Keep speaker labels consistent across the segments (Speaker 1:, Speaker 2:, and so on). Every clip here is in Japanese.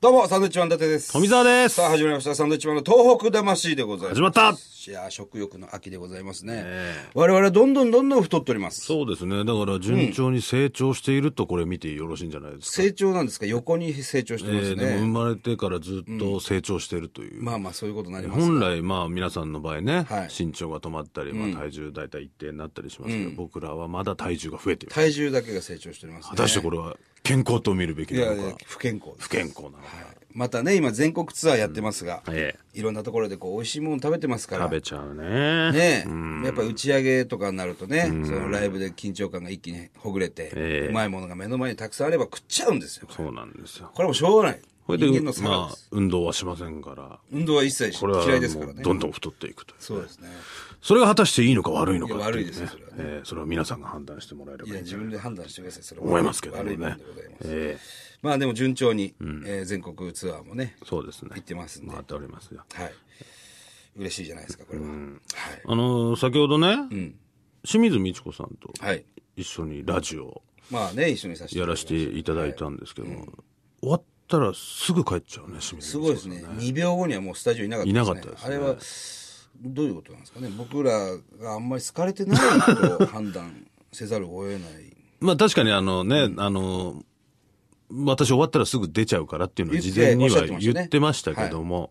Speaker 1: どうも、サンドウィッチマン伊達です。
Speaker 2: 富澤です
Speaker 1: さあ、始まりました。サンドウィッチマンの東北魂でございます。
Speaker 2: 始まった
Speaker 1: いやー、食欲の秋でございますね。
Speaker 2: え
Speaker 1: 我々はどんどんどんどん太っております。
Speaker 2: そうですね。だから順調に成長しているとこれ見てよろしいんじゃないですか。
Speaker 1: 成長なんですか横に成長して
Speaker 2: え
Speaker 1: ます
Speaker 2: ーでも生
Speaker 1: ね。
Speaker 2: まれてからずっと成長しているという。
Speaker 1: まあまあ、そういうことになります。
Speaker 2: 本来、まあ皆さんの場合ね、
Speaker 1: はい
Speaker 2: 身長が止まったり、まあ体重大体一定になったりしますけど、僕らはまだ体重が増えている。
Speaker 1: 体重だけが成長しております、ね。
Speaker 2: 果たしてこれは健康と見るべき
Speaker 1: い
Speaker 2: な
Speaker 1: や
Speaker 2: の
Speaker 1: いや
Speaker 2: か、、
Speaker 1: 不健康です。
Speaker 2: 不健康なのか。
Speaker 1: またね、今全国ツアーやってますが、
Speaker 2: ええ
Speaker 1: いろんなところでこう、美味しいもの食べてますから。
Speaker 2: 食べちゃうね。
Speaker 1: ねえ、やっぱ打ち上げとかになるとね、そのライブで緊張感が一気にほぐれて、
Speaker 2: ええ
Speaker 1: うまいものが目の前にたくさんあれば食っちゃうんですよ。
Speaker 2: そうなんですよ。
Speaker 1: これはもうしょうがない。
Speaker 2: これで、
Speaker 1: 人間の差
Speaker 2: ま
Speaker 1: で
Speaker 2: あ
Speaker 1: す。、
Speaker 2: 運動はしませんから、
Speaker 1: 運動は一切し
Speaker 2: これは
Speaker 1: 嫌いですから
Speaker 2: もう
Speaker 1: ね。
Speaker 2: どんどん太っていくという。
Speaker 1: そうですね。
Speaker 2: それが果たしていいのか悪いのかってうね
Speaker 1: いや悪いですよそれはね
Speaker 2: えーそれは皆さんが判断してもらえれば
Speaker 1: い
Speaker 2: い
Speaker 1: や、
Speaker 2: いんじ
Speaker 1: 自
Speaker 2: ゃない
Speaker 1: 分で判断してください。それは
Speaker 2: 思いますけども
Speaker 1: 悪いもん
Speaker 2: ね
Speaker 1: でございま。す。
Speaker 2: え
Speaker 1: まあでも順調に、えー全国ツアーもね
Speaker 2: ー、そうですね。
Speaker 1: 行ってますんで
Speaker 2: 回っておりますよ。
Speaker 1: はい。嬉しいじゃないですか、これは。はい。
Speaker 2: あのー先ほどね、清水美智子さんと
Speaker 1: はい。
Speaker 2: 一緒にラジオを
Speaker 1: まあね、一緒にさせて
Speaker 2: やらせていただいたんですけども、終わったらすぐ帰っちゃうね、清水
Speaker 1: す
Speaker 2: 美
Speaker 1: ごい
Speaker 2: 智
Speaker 1: で
Speaker 2: 子
Speaker 1: す
Speaker 2: さん、
Speaker 1: ね。2秒後にはもうスタジオいなかったですね。
Speaker 2: いなかったですね
Speaker 1: あれは、どういうことなんですかね。僕らがあんまり好かれてないと判断せざるを得ない。
Speaker 2: まあ確かにあのね、あのー私終わったらすぐ出ちゃうからっていうのは事前には
Speaker 1: 言っておっしゃってましたね
Speaker 2: 言ってましたけども、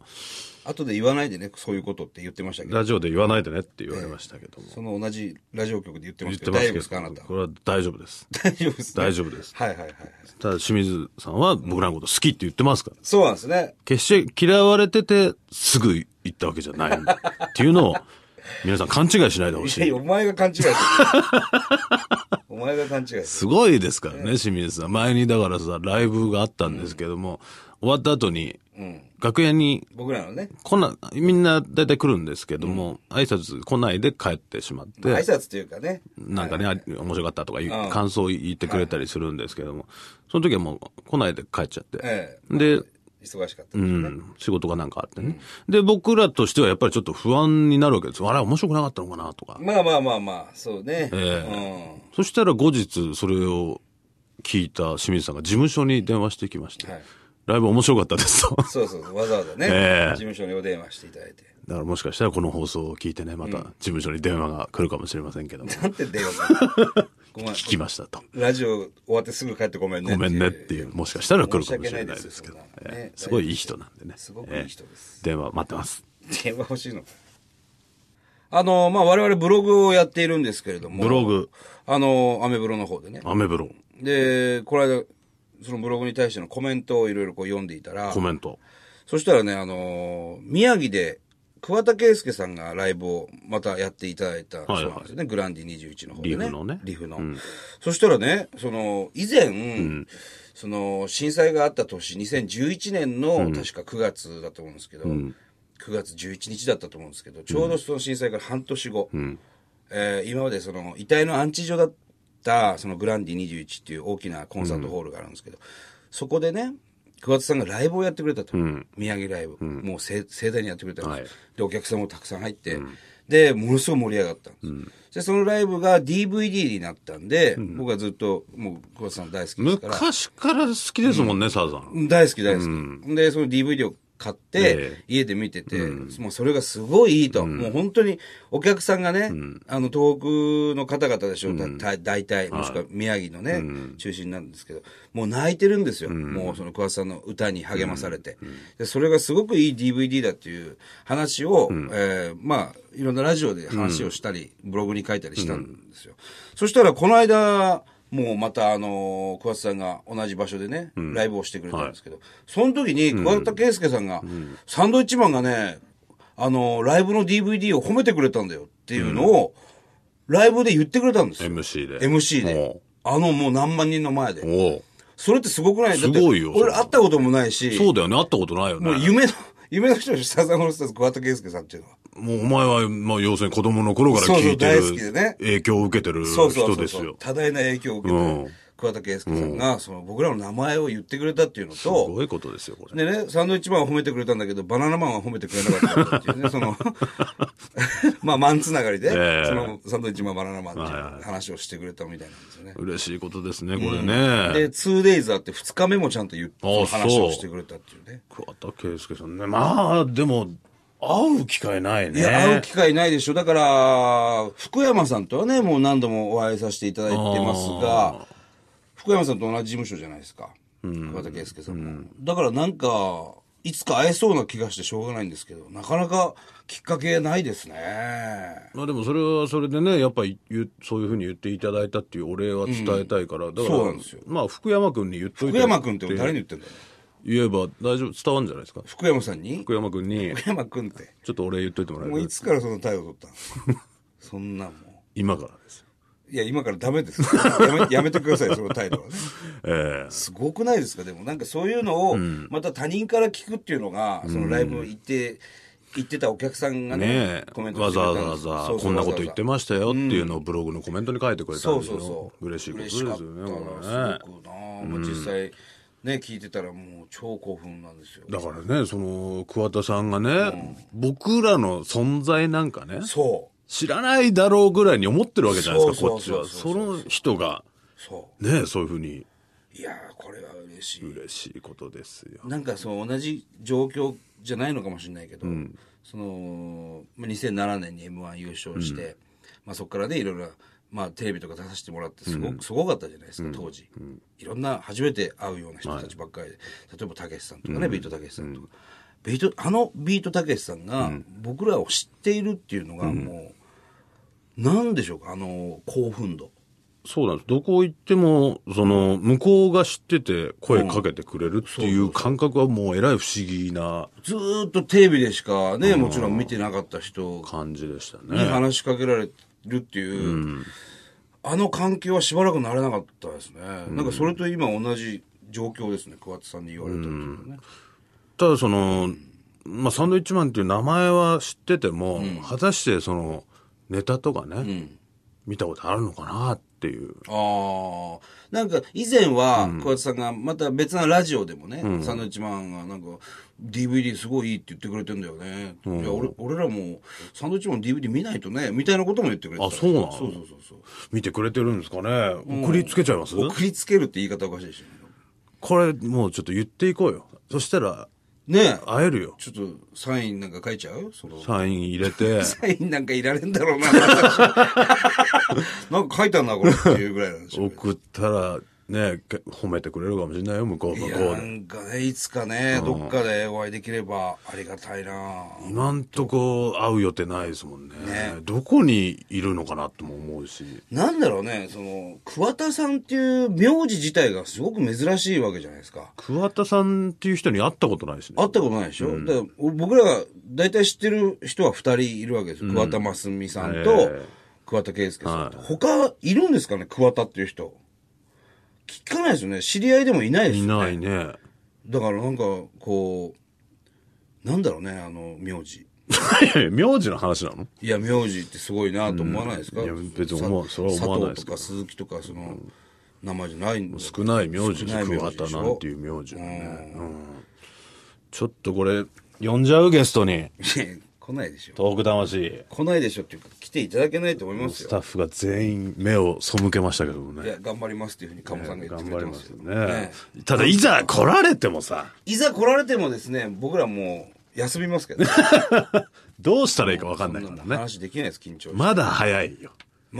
Speaker 1: 後で言わないでね、そういうことって言ってましたけど。
Speaker 2: ラジオで言わないでねって言われましたけども、
Speaker 1: その同じラジオ局で言ってま
Speaker 2: 言
Speaker 1: す
Speaker 2: っ
Speaker 1: けど、
Speaker 2: てま
Speaker 1: 大丈夫
Speaker 2: すけ
Speaker 1: ですか、あな
Speaker 2: ど、
Speaker 1: た。
Speaker 2: これは大丈夫です。
Speaker 1: 大丈夫です、ね。
Speaker 2: 大丈夫です
Speaker 1: はいはいはいはい。
Speaker 2: ただ清水さんは僕らのこと好きって言ってますから。
Speaker 1: そうなんですね。
Speaker 2: 決して嫌われててすぐ行ったわけじゃないんだっていうのを皆さん勘違いしないでほし
Speaker 1: いやい
Speaker 2: い
Speaker 1: や、。お前が勘違い してる。お前が勘違いしてる。
Speaker 2: すごいですからね、清水さん。前にだからさ、ライブがあったんですけども、終わった後に、楽屋に
Speaker 1: 僕らのね、
Speaker 2: 来な、みんな大体来るんですけども、挨拶来ないで帰ってしまって。
Speaker 1: 挨拶というかね、
Speaker 2: なんかね、あ面白かったとかいう
Speaker 1: うん
Speaker 2: 感想を言ってくれたりするんですけども、その時はもう来ないで帰っちゃって。
Speaker 1: え
Speaker 2: で、
Speaker 1: 忙しかった。
Speaker 2: うん、仕事がなんかあってね。で、僕らとしてはやっぱりちょっと不安になるわけです。あれ面白くなかったのかなとか。
Speaker 1: まあまあまあまあ、そうね。
Speaker 2: そしたら後日それを聞いた清水さんが事務所に電話してきまして、
Speaker 1: はい
Speaker 2: ライブ面白かったですと。
Speaker 1: うん。そうそうそう、わざわざね、
Speaker 2: ええ
Speaker 1: 事務所にお電話していただいて。
Speaker 2: だからもしかしたらこの放送を聞いてね、また事務所に電話が来るかもしれませんけども、
Speaker 1: なんて電話がごめん
Speaker 2: 聞きましたと。
Speaker 1: ラジオ終わってすぐ帰ってごめんね
Speaker 2: ごめんねって
Speaker 1: う
Speaker 2: いう、もしかしたら来るかもしれない
Speaker 1: 申し訳ない
Speaker 2: ですけど、
Speaker 1: ですよね
Speaker 2: ええすごいいい人なんでね。
Speaker 1: すごくいい人です
Speaker 2: ええ電話待ってます。
Speaker 1: 電話欲しいのあの、まあ、我々ブログをやっているんですけれども。
Speaker 2: ブログ。
Speaker 1: あの、アメブロの方でね。
Speaker 2: アメブロ、
Speaker 1: で、この間、そのブログに対してのコメントをいろいろこう読んでいたら
Speaker 2: コ、メント。
Speaker 1: そしたらね、あの、宮城で、桑田佳祐さんがライブをまたやっていただいたそうなんですよね。グランディ21の方でね。
Speaker 2: リフのね
Speaker 1: リフの。そしたらね、その、以前、その、震災があった年、2011年の、確か9月だと思うんですけど、9月11日だったと思うんですけど、ちょうどその震災から半年後、えー今までその、遺体の安置所だった、そのグランディ21っていう大きなコンサートホールがあるんですけど、そこでね、桑田さんがライブをやってくれたと。宮城ライブ。もう盛盛大にやってくれたんです。
Speaker 2: はい
Speaker 1: で、お客さんもたくさん入って、で、ものすごい盛り上がったんです。で、そのライブが DVD になったんで、僕はずっと、もう、桑田さん大好きですから。
Speaker 2: 昔から好きですもんね、サザン。
Speaker 1: 大好き大好き、でその DVD を買って、
Speaker 2: え
Speaker 1: 家で見てて、もうそれがすごいいいと、もう本当にお客さんがね、あの東北の方々でしょう、だ大体もしくは宮城のね、中心なんですけどもう泣いてるんですよ、もうその桑田さんの歌に励まされて、でそれがすごくいい DVD だっていう話を、えーまあいろんなラジオで話をしたり、ブログに書いたりしたんですよ、そしたらこの間もうまた、あのー、桑田さんが同じ場所でね、ライブをしてくれたんですけど、その時に桑田佳祐さんが、サンドイッチマンがね、あのー、ライブの DVD を褒めてくれたんだよっていうのを、ライブで言ってくれたんですよ。
Speaker 2: MC で。
Speaker 1: MC で。あの、もう何万人の前
Speaker 2: お
Speaker 1: で。
Speaker 2: う。おう
Speaker 1: それってすごくないだって
Speaker 2: すごいよ
Speaker 1: 俺会ったこともないし、
Speaker 2: そうだよね、会ったことないよね。
Speaker 1: もう夢の、夢の人でしょサザンオールスターズ桑田佳祐さんっていうのは。
Speaker 2: もうお前は、まあ、要するに子供の頃から
Speaker 1: そうそう
Speaker 2: 聞いて
Speaker 1: 大好きで
Speaker 2: る
Speaker 1: ね、
Speaker 2: 影響を受けてる
Speaker 1: そうそう
Speaker 2: 人
Speaker 1: そう
Speaker 2: です
Speaker 1: そう
Speaker 2: よ。
Speaker 1: 多大な影響を受けて、
Speaker 2: うん
Speaker 1: 桑田佳祐さんが、その僕らの名前を言ってくれたっていうの
Speaker 2: す
Speaker 1: と、
Speaker 2: ごいことですよ、これ。
Speaker 1: でね、サンドイッチマンは褒めてくれたんだけど、バナナマンは褒めてくれなかったっていうね、その、 まあ、マンつながりで、
Speaker 2: ええ
Speaker 1: その、サンドイッチマン、バナナマンっていう話をしてくれたみたいなんですよね。
Speaker 2: 嬉しいことですね、こ
Speaker 1: で、
Speaker 2: れね。
Speaker 1: 2days あって2日目もちゃんと言って、その話をしてくれたっていうね。
Speaker 2: 桑田佳祐さんね。まあ、でも、会う機会ないね。
Speaker 1: いや、会う機会ないでしょ。だから、福山さんとはね、もう何度もお会いさせていただいてますが、福山さんと同じ事務所じゃないですか。桑田佳祐さんも。だからなんか、いつか会えそうな気がしてしょうがないんですけど、なかなかきっかけないですね。
Speaker 2: まあでもそれはそれでね、やっぱり言うそういうふうに言っていただいたっていうお礼は伝えたいから、だから、
Speaker 1: そうなんですよ
Speaker 2: まあ福山君に言っとい
Speaker 1: 福
Speaker 2: て。
Speaker 1: 山君って誰に言ってんだよ。
Speaker 2: 言えば大丈夫、伝わるんじゃないですか。
Speaker 1: 福山さんに
Speaker 2: 福山君に、
Speaker 1: 福山君って。
Speaker 2: ちょっとお礼言っといてもらえ
Speaker 1: もうい
Speaker 2: る
Speaker 1: つからその態度取ったの そんなもん。
Speaker 2: 今からですよ。
Speaker 1: いや、今からダメですよ。やめやめてください、その態度はね。
Speaker 2: ええ
Speaker 1: すごくないですかでもなんかそういうのを、また他人から聞くっていうのが、そのライブ行って、行ってたお客さんがね
Speaker 2: ね、
Speaker 1: コメン
Speaker 2: え、
Speaker 1: ト
Speaker 2: わ
Speaker 1: して
Speaker 2: ざ
Speaker 1: くれたん
Speaker 2: わ
Speaker 1: ですそ
Speaker 2: ざ
Speaker 1: うそう
Speaker 2: こんなこと言って
Speaker 1: わ
Speaker 2: ましたよっていうのをブログのコメントに書いてくれ
Speaker 1: ざ
Speaker 2: た
Speaker 1: わ
Speaker 2: ん
Speaker 1: ざそう
Speaker 2: でし
Speaker 1: そう
Speaker 2: ょ
Speaker 1: そう。
Speaker 2: 嬉しいことです
Speaker 1: 嬉か
Speaker 2: よ
Speaker 1: った
Speaker 2: ね、これ
Speaker 1: な
Speaker 2: ね
Speaker 1: す。ごくなもう実際、ね、聞いてたらもう超興奮なんですよ。
Speaker 2: だからね、その、桑田さんがね、僕らの存在なんかね、
Speaker 1: そう。
Speaker 2: 知らないだろうぐらいに思ってるわけじゃないです
Speaker 1: そ
Speaker 2: か、こ
Speaker 1: う
Speaker 2: っち
Speaker 1: そう
Speaker 2: は。
Speaker 1: そうそう
Speaker 2: その人が、
Speaker 1: そ
Speaker 2: ね、そういうふうに、
Speaker 1: う。いやー、これは嬉しい。
Speaker 2: 嬉しいことですよ。
Speaker 1: なんかそう同じ状況じゃないのかもしれないけど、そのまあ2007年に m 1優勝して、まあ、そこからねいろいろ、まあ、テレビとか出させてもらってすごく、すごかったじゃないですか当時、いろんな初めて会うような人たちばっかりで、例えばたけしさんとかね、ビートたけしさんとか、ビートあのビートたけしさんが僕らを知っているっていうのがもう、なんでしょうかあの興奮度
Speaker 2: そうなんです。どこ行っても、その、向こうが知ってて声かけてくれるっていう感覚はもうえらい不思議な
Speaker 1: ずーっとテレビでしかねもちろん見てなかった人が
Speaker 2: 感じでした
Speaker 1: に
Speaker 2: ね。
Speaker 1: 話しかけられるっていう、あの環境はしばらくなれなかったですね、なんかそれと今同じ状況ですね桑田さんに言われたっていうのね、
Speaker 2: ただその、まあ、サンドイッチマンっていう名前は知ってても、果たしてその、ネタとかね、見たことあるのかなっていう。
Speaker 1: ああなんか以前は桑田さんがまた別なラジオでもね、サンドウィッチマンがなんか DVD すごいいいって言ってくれてんだよね、いや俺俺らもサンドウィッチマンの DVD 見ないとねみたいなことも言ってくれてた
Speaker 2: あそうなの
Speaker 1: そうそうそうそ
Speaker 2: 見てくれてるんですかね。送りつけちゃいます、
Speaker 1: う送りつけるって言い方おかしいでしょ
Speaker 2: これ、もうちょっと言っていこうよ。そしたら、
Speaker 1: ねえ
Speaker 2: 会えるよ。
Speaker 1: ちょっとサインなんか書いちゃうその
Speaker 2: サイン入 れて。
Speaker 1: サインなんかいられんだろうな。 なんか書いたんだ、これっていうぐらいなんでしょうけ
Speaker 2: 送ったらねけ褒めてくれるかもしれないよ向こう
Speaker 1: ど。い
Speaker 2: が
Speaker 1: や、
Speaker 2: こう
Speaker 1: な
Speaker 2: で
Speaker 1: んかね、いつかね、どっかでお会いできればありがたいな
Speaker 2: 今んとこ会う予定ないですもんねどこにいるのかなとも思うし
Speaker 1: なんだろうね、その、桑田さんっていう名字自体がすごく珍しいわけじゃないですか。
Speaker 2: 桑田さんっていう人に会ったことないしね
Speaker 1: 会ったことないでしょ、だからお僕らが大体知ってる人は2人いるわけですよ。桑田真澄さん
Speaker 2: え
Speaker 1: と
Speaker 2: え
Speaker 1: 桑田佳祐さんと。
Speaker 2: は
Speaker 1: 他いるんですかね、桑田っていう人。聞かないですよね。知り合いでもいないです
Speaker 2: い
Speaker 1: よね。
Speaker 2: ないね
Speaker 1: だからなんか、こう、なんだろうね、あの、名字。
Speaker 2: 名字の話なの
Speaker 1: いや、名字ってすごいなと思わないですか、
Speaker 2: うんいや別に思わ
Speaker 1: さ
Speaker 2: それは思わないで
Speaker 1: 佐
Speaker 2: す
Speaker 1: 藤
Speaker 2: け
Speaker 1: と
Speaker 2: ど
Speaker 1: か鈴木とか、その、名前じゃないんです
Speaker 2: 少ない名字です
Speaker 1: 少ない名字
Speaker 2: 桑
Speaker 1: でしょ
Speaker 2: 田なんていう名字はね、うんちょっとこれ呼んじゃうゲストに
Speaker 1: いや、来ないでしょ。
Speaker 2: 東北魂
Speaker 1: 来ないでしょっていうか、来ていただけないと思います
Speaker 2: ス
Speaker 1: よ。
Speaker 2: タッフが全員目を背けましたけども
Speaker 1: い
Speaker 2: ね
Speaker 1: や、頑張りますっていうふうに、鴨さんが言って
Speaker 2: 頑
Speaker 1: くれてま
Speaker 2: 張りますす
Speaker 1: よ。
Speaker 2: ね
Speaker 1: え
Speaker 2: ただいざ来られてもさ
Speaker 1: えいざ来られてもですね、僕らもう、休みますけど、ね、
Speaker 2: どうしたらいいか分か んない
Speaker 1: そ
Speaker 2: か
Speaker 1: んなの
Speaker 2: らね。
Speaker 1: 話できないです、緊張して。ま
Speaker 2: まだ早いよ。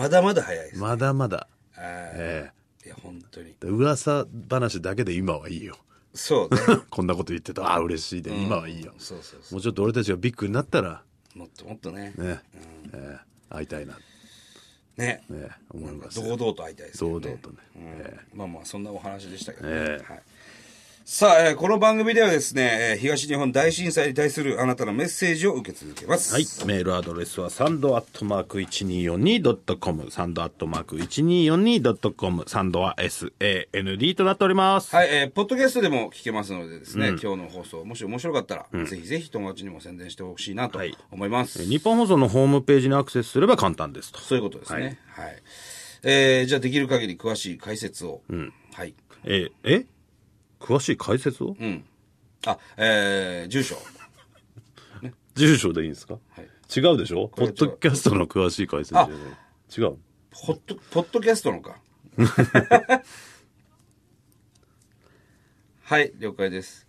Speaker 1: だまだ早いです。
Speaker 2: まだまだ。
Speaker 1: え
Speaker 2: え
Speaker 1: えいや、本当に。
Speaker 2: え噂話だけで今はいいよ。
Speaker 1: そうね。
Speaker 2: こんなこと言ってた。ああ、嬉しいで、今はいいよ。
Speaker 1: そうそうそ
Speaker 2: もうちょっと俺たちがビッグになったら、
Speaker 1: う。もっともっとね。
Speaker 2: ね、ええ会いたいな、
Speaker 1: ね。
Speaker 2: ね、思いますよ。
Speaker 1: 堂々と会いたいですけど
Speaker 2: 堂
Speaker 1: ね、
Speaker 2: 々とね。え
Speaker 1: まあまあそんなお話でしたけど、
Speaker 2: え
Speaker 1: はい、さあ、えーこの番組ではですね、えー東日本大震災に対するあなたのメッセージを受け続けます
Speaker 2: えはい。メールアドレスはサンドアットマーク 1242.com。サンドアットマーク 1242.com。サンドは SAND となっております。
Speaker 1: はい、えーポッドキャストでも聞けますのでですね、今日の放送もし面白かったら、ぜひぜひ友達にも宣伝してほしいなと
Speaker 2: はい
Speaker 1: 思います、
Speaker 2: 日本放送のホームページにアクセスすれば簡単ですと。
Speaker 1: そういうことですねはい、えーじゃあできる限り詳しい解説を。はい。
Speaker 2: え、え詳しい解説を、
Speaker 1: うん。あ、えー、住所。
Speaker 2: 住所でいいんですか、
Speaker 1: はい
Speaker 2: 違うでしょポ
Speaker 1: れ違
Speaker 2: ッ
Speaker 1: う
Speaker 2: ドキャストの詳しい解説じゃない。違う。
Speaker 1: ホット、ポッドキャストの か。はい、了解です。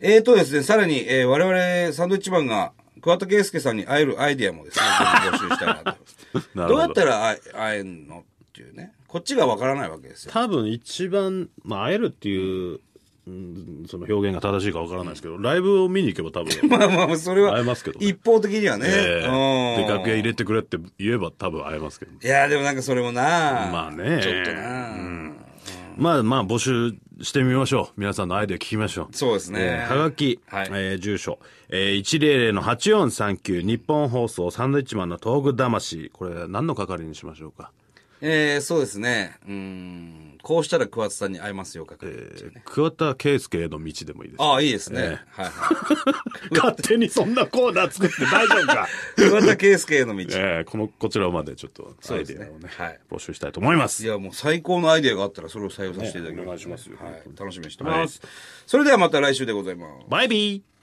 Speaker 1: えーとですね、さらに、えー我々サンドウィッチマンが桑田佳祐さんに会えるアイディアもですね、募集したいなと。
Speaker 2: なるほど
Speaker 1: どうやったら会え会えんのっていうね。こっちがわからないわけですよ。
Speaker 2: 多分一番、まあ、会えるっていう、うんその表現が正しいかわからないですけど、ライブを見に行けば多分、
Speaker 1: まあまあ、それは
Speaker 2: 会えますけどね
Speaker 1: 一方的にはね。
Speaker 2: え
Speaker 1: う
Speaker 2: え
Speaker 1: ん
Speaker 2: で、楽屋入れてくれって言えば多分会えますけど。
Speaker 1: いや、でもなんかそれもな
Speaker 2: まあね
Speaker 1: ちょっとな
Speaker 2: まあまあ募集してみましょう。皆さんのアイデア聞きましょう。
Speaker 1: そうですね
Speaker 2: えーはがき、
Speaker 1: はい
Speaker 2: えー住所、えー、100-8439日本放送サンドイッチマンの東具魂。これ何の係にしましょうか。
Speaker 1: えー、そうですね。うん。こうしたら桑田さんに会えますよ、かく、
Speaker 2: えー桑田佳祐への道でもいい です。
Speaker 1: ああ、いいですね。はいはい。
Speaker 2: 勝手にそんなコーナー作って大丈夫か。
Speaker 1: 桑田佳祐への道。
Speaker 2: えーこの、こちらまでちょっとア
Speaker 1: う
Speaker 2: イ
Speaker 1: です
Speaker 2: デ
Speaker 1: ね
Speaker 2: アをね、
Speaker 1: はい
Speaker 2: 募集したいと思いま
Speaker 1: い
Speaker 2: す。
Speaker 1: や、もう最高のアイデアがあったらそれを採用させていただきます、
Speaker 2: ねお願いしますよ
Speaker 1: はい。楽しみにしてます。それではまた来週でございます。
Speaker 2: バイビー